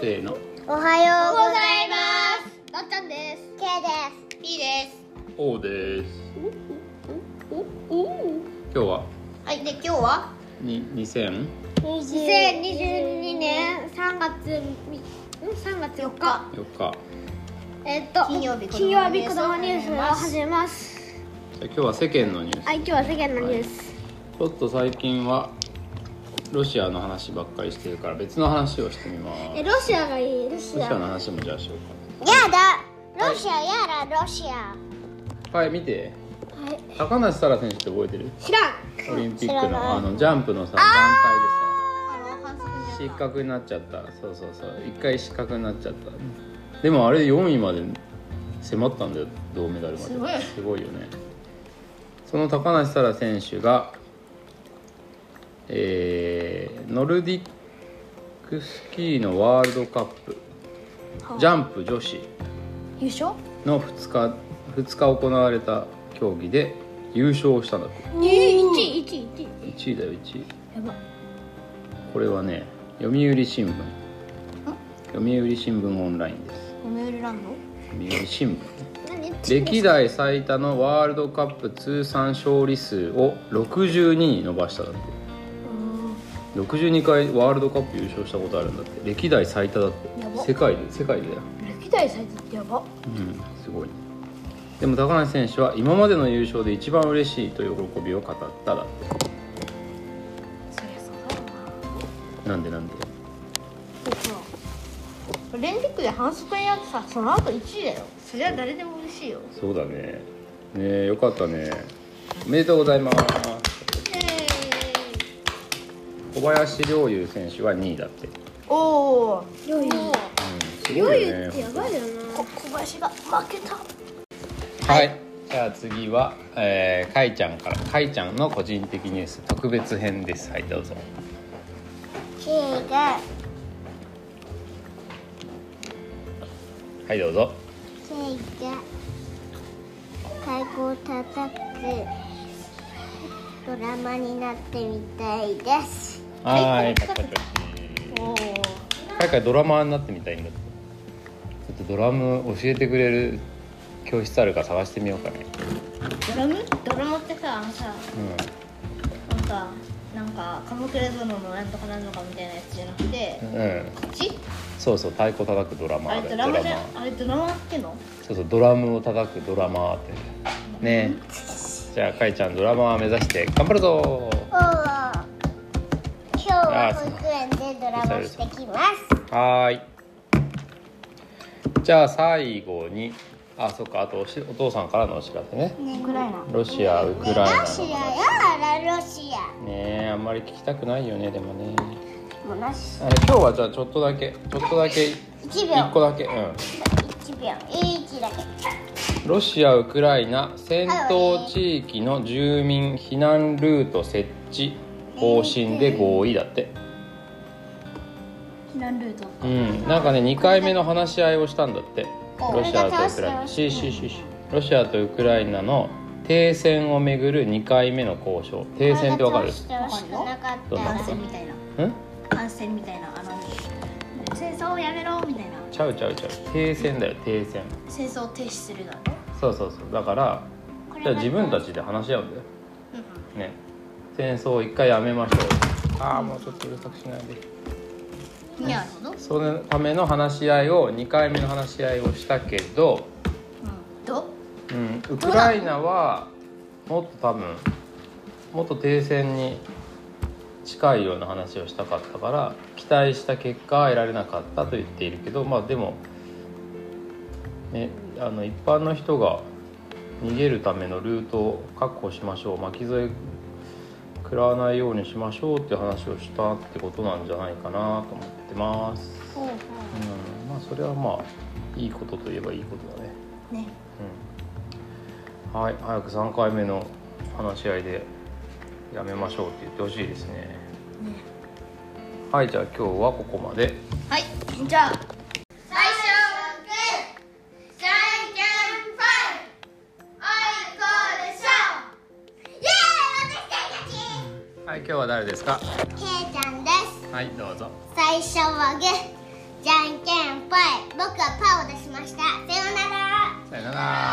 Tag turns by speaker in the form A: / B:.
A: せーの
B: おはよう
C: おは
B: ご
C: ようご
B: ざ
C: ざ
B: い
C: い
B: ま
C: ます。なっちゃんです。
B: す。けです。
C: P です。
A: O です今日は
C: はい、で今日は
A: に2000
B: 2022
C: 年3月3月4日
A: 4日じゃあ
B: えっと
C: 金曜日
B: 金曜日子供ニュースを始めます。
A: 今日は世間のニュース、
B: はい、今日は世間のニュース。
A: ちょっと最近はロシアの話ばっかりしてるから別の話をしてみます
B: え、ロシアがいい。ロシ
A: ロシアの
B: や
A: 話もじゃあしよう
B: だ。ロシアやだロシア。
A: かはい見て高梨沙羅選手って覚えてる
B: 知らん。
A: オリンピッ
B: 知
A: ク
B: らない
A: のあのジャンプのさ団体でさ
C: あの反則に
A: 失格になっちゃったそうそうそう一回失格になっちゃったでもあれ4位まで迫ったんだよ銅メダルまです
C: ごい
A: すごいよねその高梨沙羅選手がえーノルディックスキーのワールドカップジャンプ女子
C: 優勝？
A: の2日2日行われた競技で優勝したんだって
C: 一一一。
A: 1位だよ1位
C: やば。
A: これはね読売新聞読売新聞オンラインです
C: コメールランド？
A: 読売新聞
B: 何？
A: 歴代最多のワールドカップ通算勝利数を62に伸ばしただって62回ワールドカップ優勝したことあるんだって歴代最多だって世界で世界でだよ
C: 歴代最多ってやば。
A: うんすごいねでも高梨選手は今までの優勝で一番嬉しいという喜びを語っただって
C: そりゃそうだよな。
A: なんでなんで
C: オリンピックで反則になってさ、その後一位だよ。そりゃ誰でも嬉しいよ。
A: そうだねねえよかったねおめでとうございます小林陵侑選手は2位だって
C: おお。
B: 良い。
A: うんす
B: 良
A: ごい
B: い
A: よね
B: ってやばいよな。
C: 小林が負けた。
A: はい、じゃあ次は、えー、かいちゃんからかいちゃんの個人的ニュース特別編ですはいどうぞ
B: P が
A: はいどうぞ
B: K が太鼓を叩くドラマになってみたいです。
A: は
C: はい
A: いかい
C: おお。
A: かいドラマーになってみたいんだってちょっとドラム教えてくれる教室あるか探してみようかね
C: ドラム？ドラムってさ、あのさ。
A: う
C: なんか、なんか、カモクレ殿のなんとかなんとかみたいなやつじゃなくて、
A: ん、うん、
C: こっち
A: そうそう太鼓叩くドラマ
C: あ
A: ーだよ
C: れドラマじゃ
A: マー、
C: あれドラマっての
A: そうそうドラムを叩くドラマーってねじゃあかいちゃんドラマー目指して頑張るぞ
B: おお。今日は保育園でドラマしてきます。
A: はーいじゃあ最後にあそっかあとおしお父さんからのお知らせね
C: ウクライナ。
A: ロシアウクライナの
B: ロ
A: 話
B: シア
A: ね
B: やらロシア
A: えあんまり聞きたくないよねでもね
B: もうなし
A: あの今日はじゃあちょっとだけちょっとだけ
B: 1秒
A: 1個だけうん
B: 1秒1だけ
A: ロシア・ウクライナ戦闘地域の住民避難ルート設置方針で合意だって
C: 避難ルート。
A: うん、なんかね2回目の話し合いをしたんだって
B: お
A: ロシアとウクライ
B: これが倒
A: ナ
B: して
A: し
B: ほ
A: し
B: し
A: ししロシアとウクライナの停戦をめぐる2回目の交渉停戦ってわかる
B: してほしくなかった
A: どんな
B: ら
C: 反
A: こ
C: 戦みたいな。
A: ん
C: 反戦みたいな。あの、戦争をやめろみたいな。
A: ちゃうちゃうちゃう停戦だよ停戦
C: 戦争を停止するだろ。
A: そうそうそうだからじゃあ自分たちで話し合うんだよ
C: うんうん。
A: ね戦争を1回やめましょうああもうちょっとうるさくしないで
C: なるほど。うん。
A: そのための話し合いを2回目の話し合いをしたけど
C: と、
A: うん、ウクライナはもっと多分もっと停戦に近いような話をしたかったから期待した結果得られなかったと言っているけどまあでも、ね、あの一般の人が逃げるためのルートを確保しましょう巻き添え食らわないようにしましょうっていう話をしたってことなんじゃないかなと思ってます。うん、まあそれはまあいいことといえばいいことだね。
C: ね。
A: うんはい、早く3回目の話し合いでやめましょうって言ってほしいですねはいじゃあ今日はここまで
C: はい。じゃあ、
B: 最初はグーじゃんけんぽいおいこうでしょイエー
A: はい今日は誰ですか
B: イ私たちけいちゃんです
A: はいどうぞ
B: 最初はグーじじゃんけんぽい僕はパーを出しましたさようなら
A: さよなら